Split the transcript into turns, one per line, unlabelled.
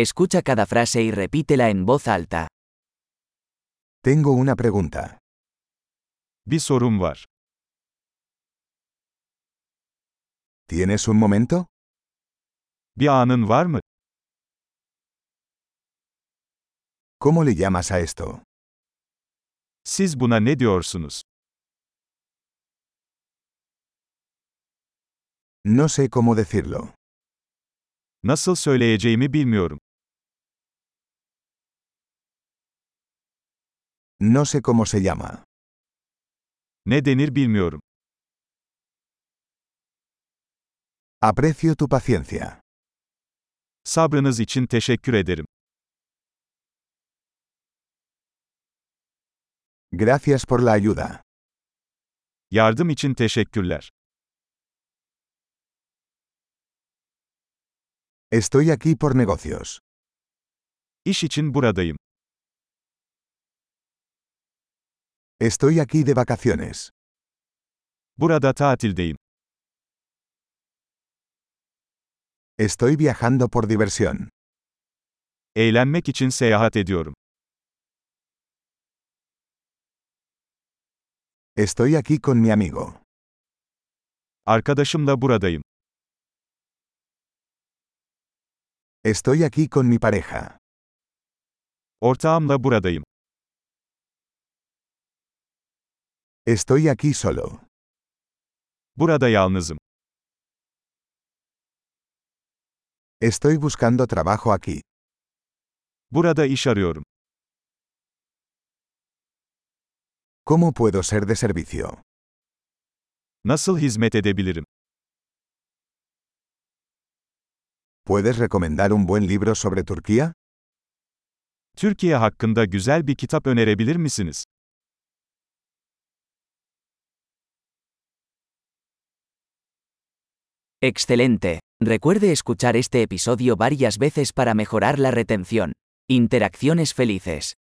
Escucha cada frase y repítela en voz alta.
Tengo una pregunta.
Bir sorum var.
¿Tienes un momento?
Bir anın var mı?
¿Cómo le llamas a esto?
Siz buna ne diyorsunuz?
No sé cómo decirlo.
Nasıl söyleyeceğimi bilmiyorum.
No sé cómo se llama.
Ne denir bilmiyorum.
Aprecio tu paciencia.
Sabrınız için teşekkür ederim.
Gracias por la ayuda.
Yardım için teşekkürler.
Estoy aquí por negocios.
İş için buradayım.
Estoy aquí de vacaciones.
Burada tatildeyim.
Estoy viajando por diversión.
Eğlenmek için seyahat ediyorum.
Estoy aquí con mi amigo.
Arkadaşımla buradayım.
Estoy aquí con mi pareja.
Ortağımla buradayım.
Estoy aquí solo.
Burada yalnızım.
Estoy buscando trabajo aquí.
Burada iş arıyorum.
¿Cómo puedo ser de servicio?
Nasıl hizmet edebilirim?
¿Puedes recomendar un buen libro sobre Turquía?
Türkiye hakkında güzel bir kitap önerebilir misiniz?
Excelente. Recuerde escuchar este episodio varias veces para mejorar la retención. Interacciones felices.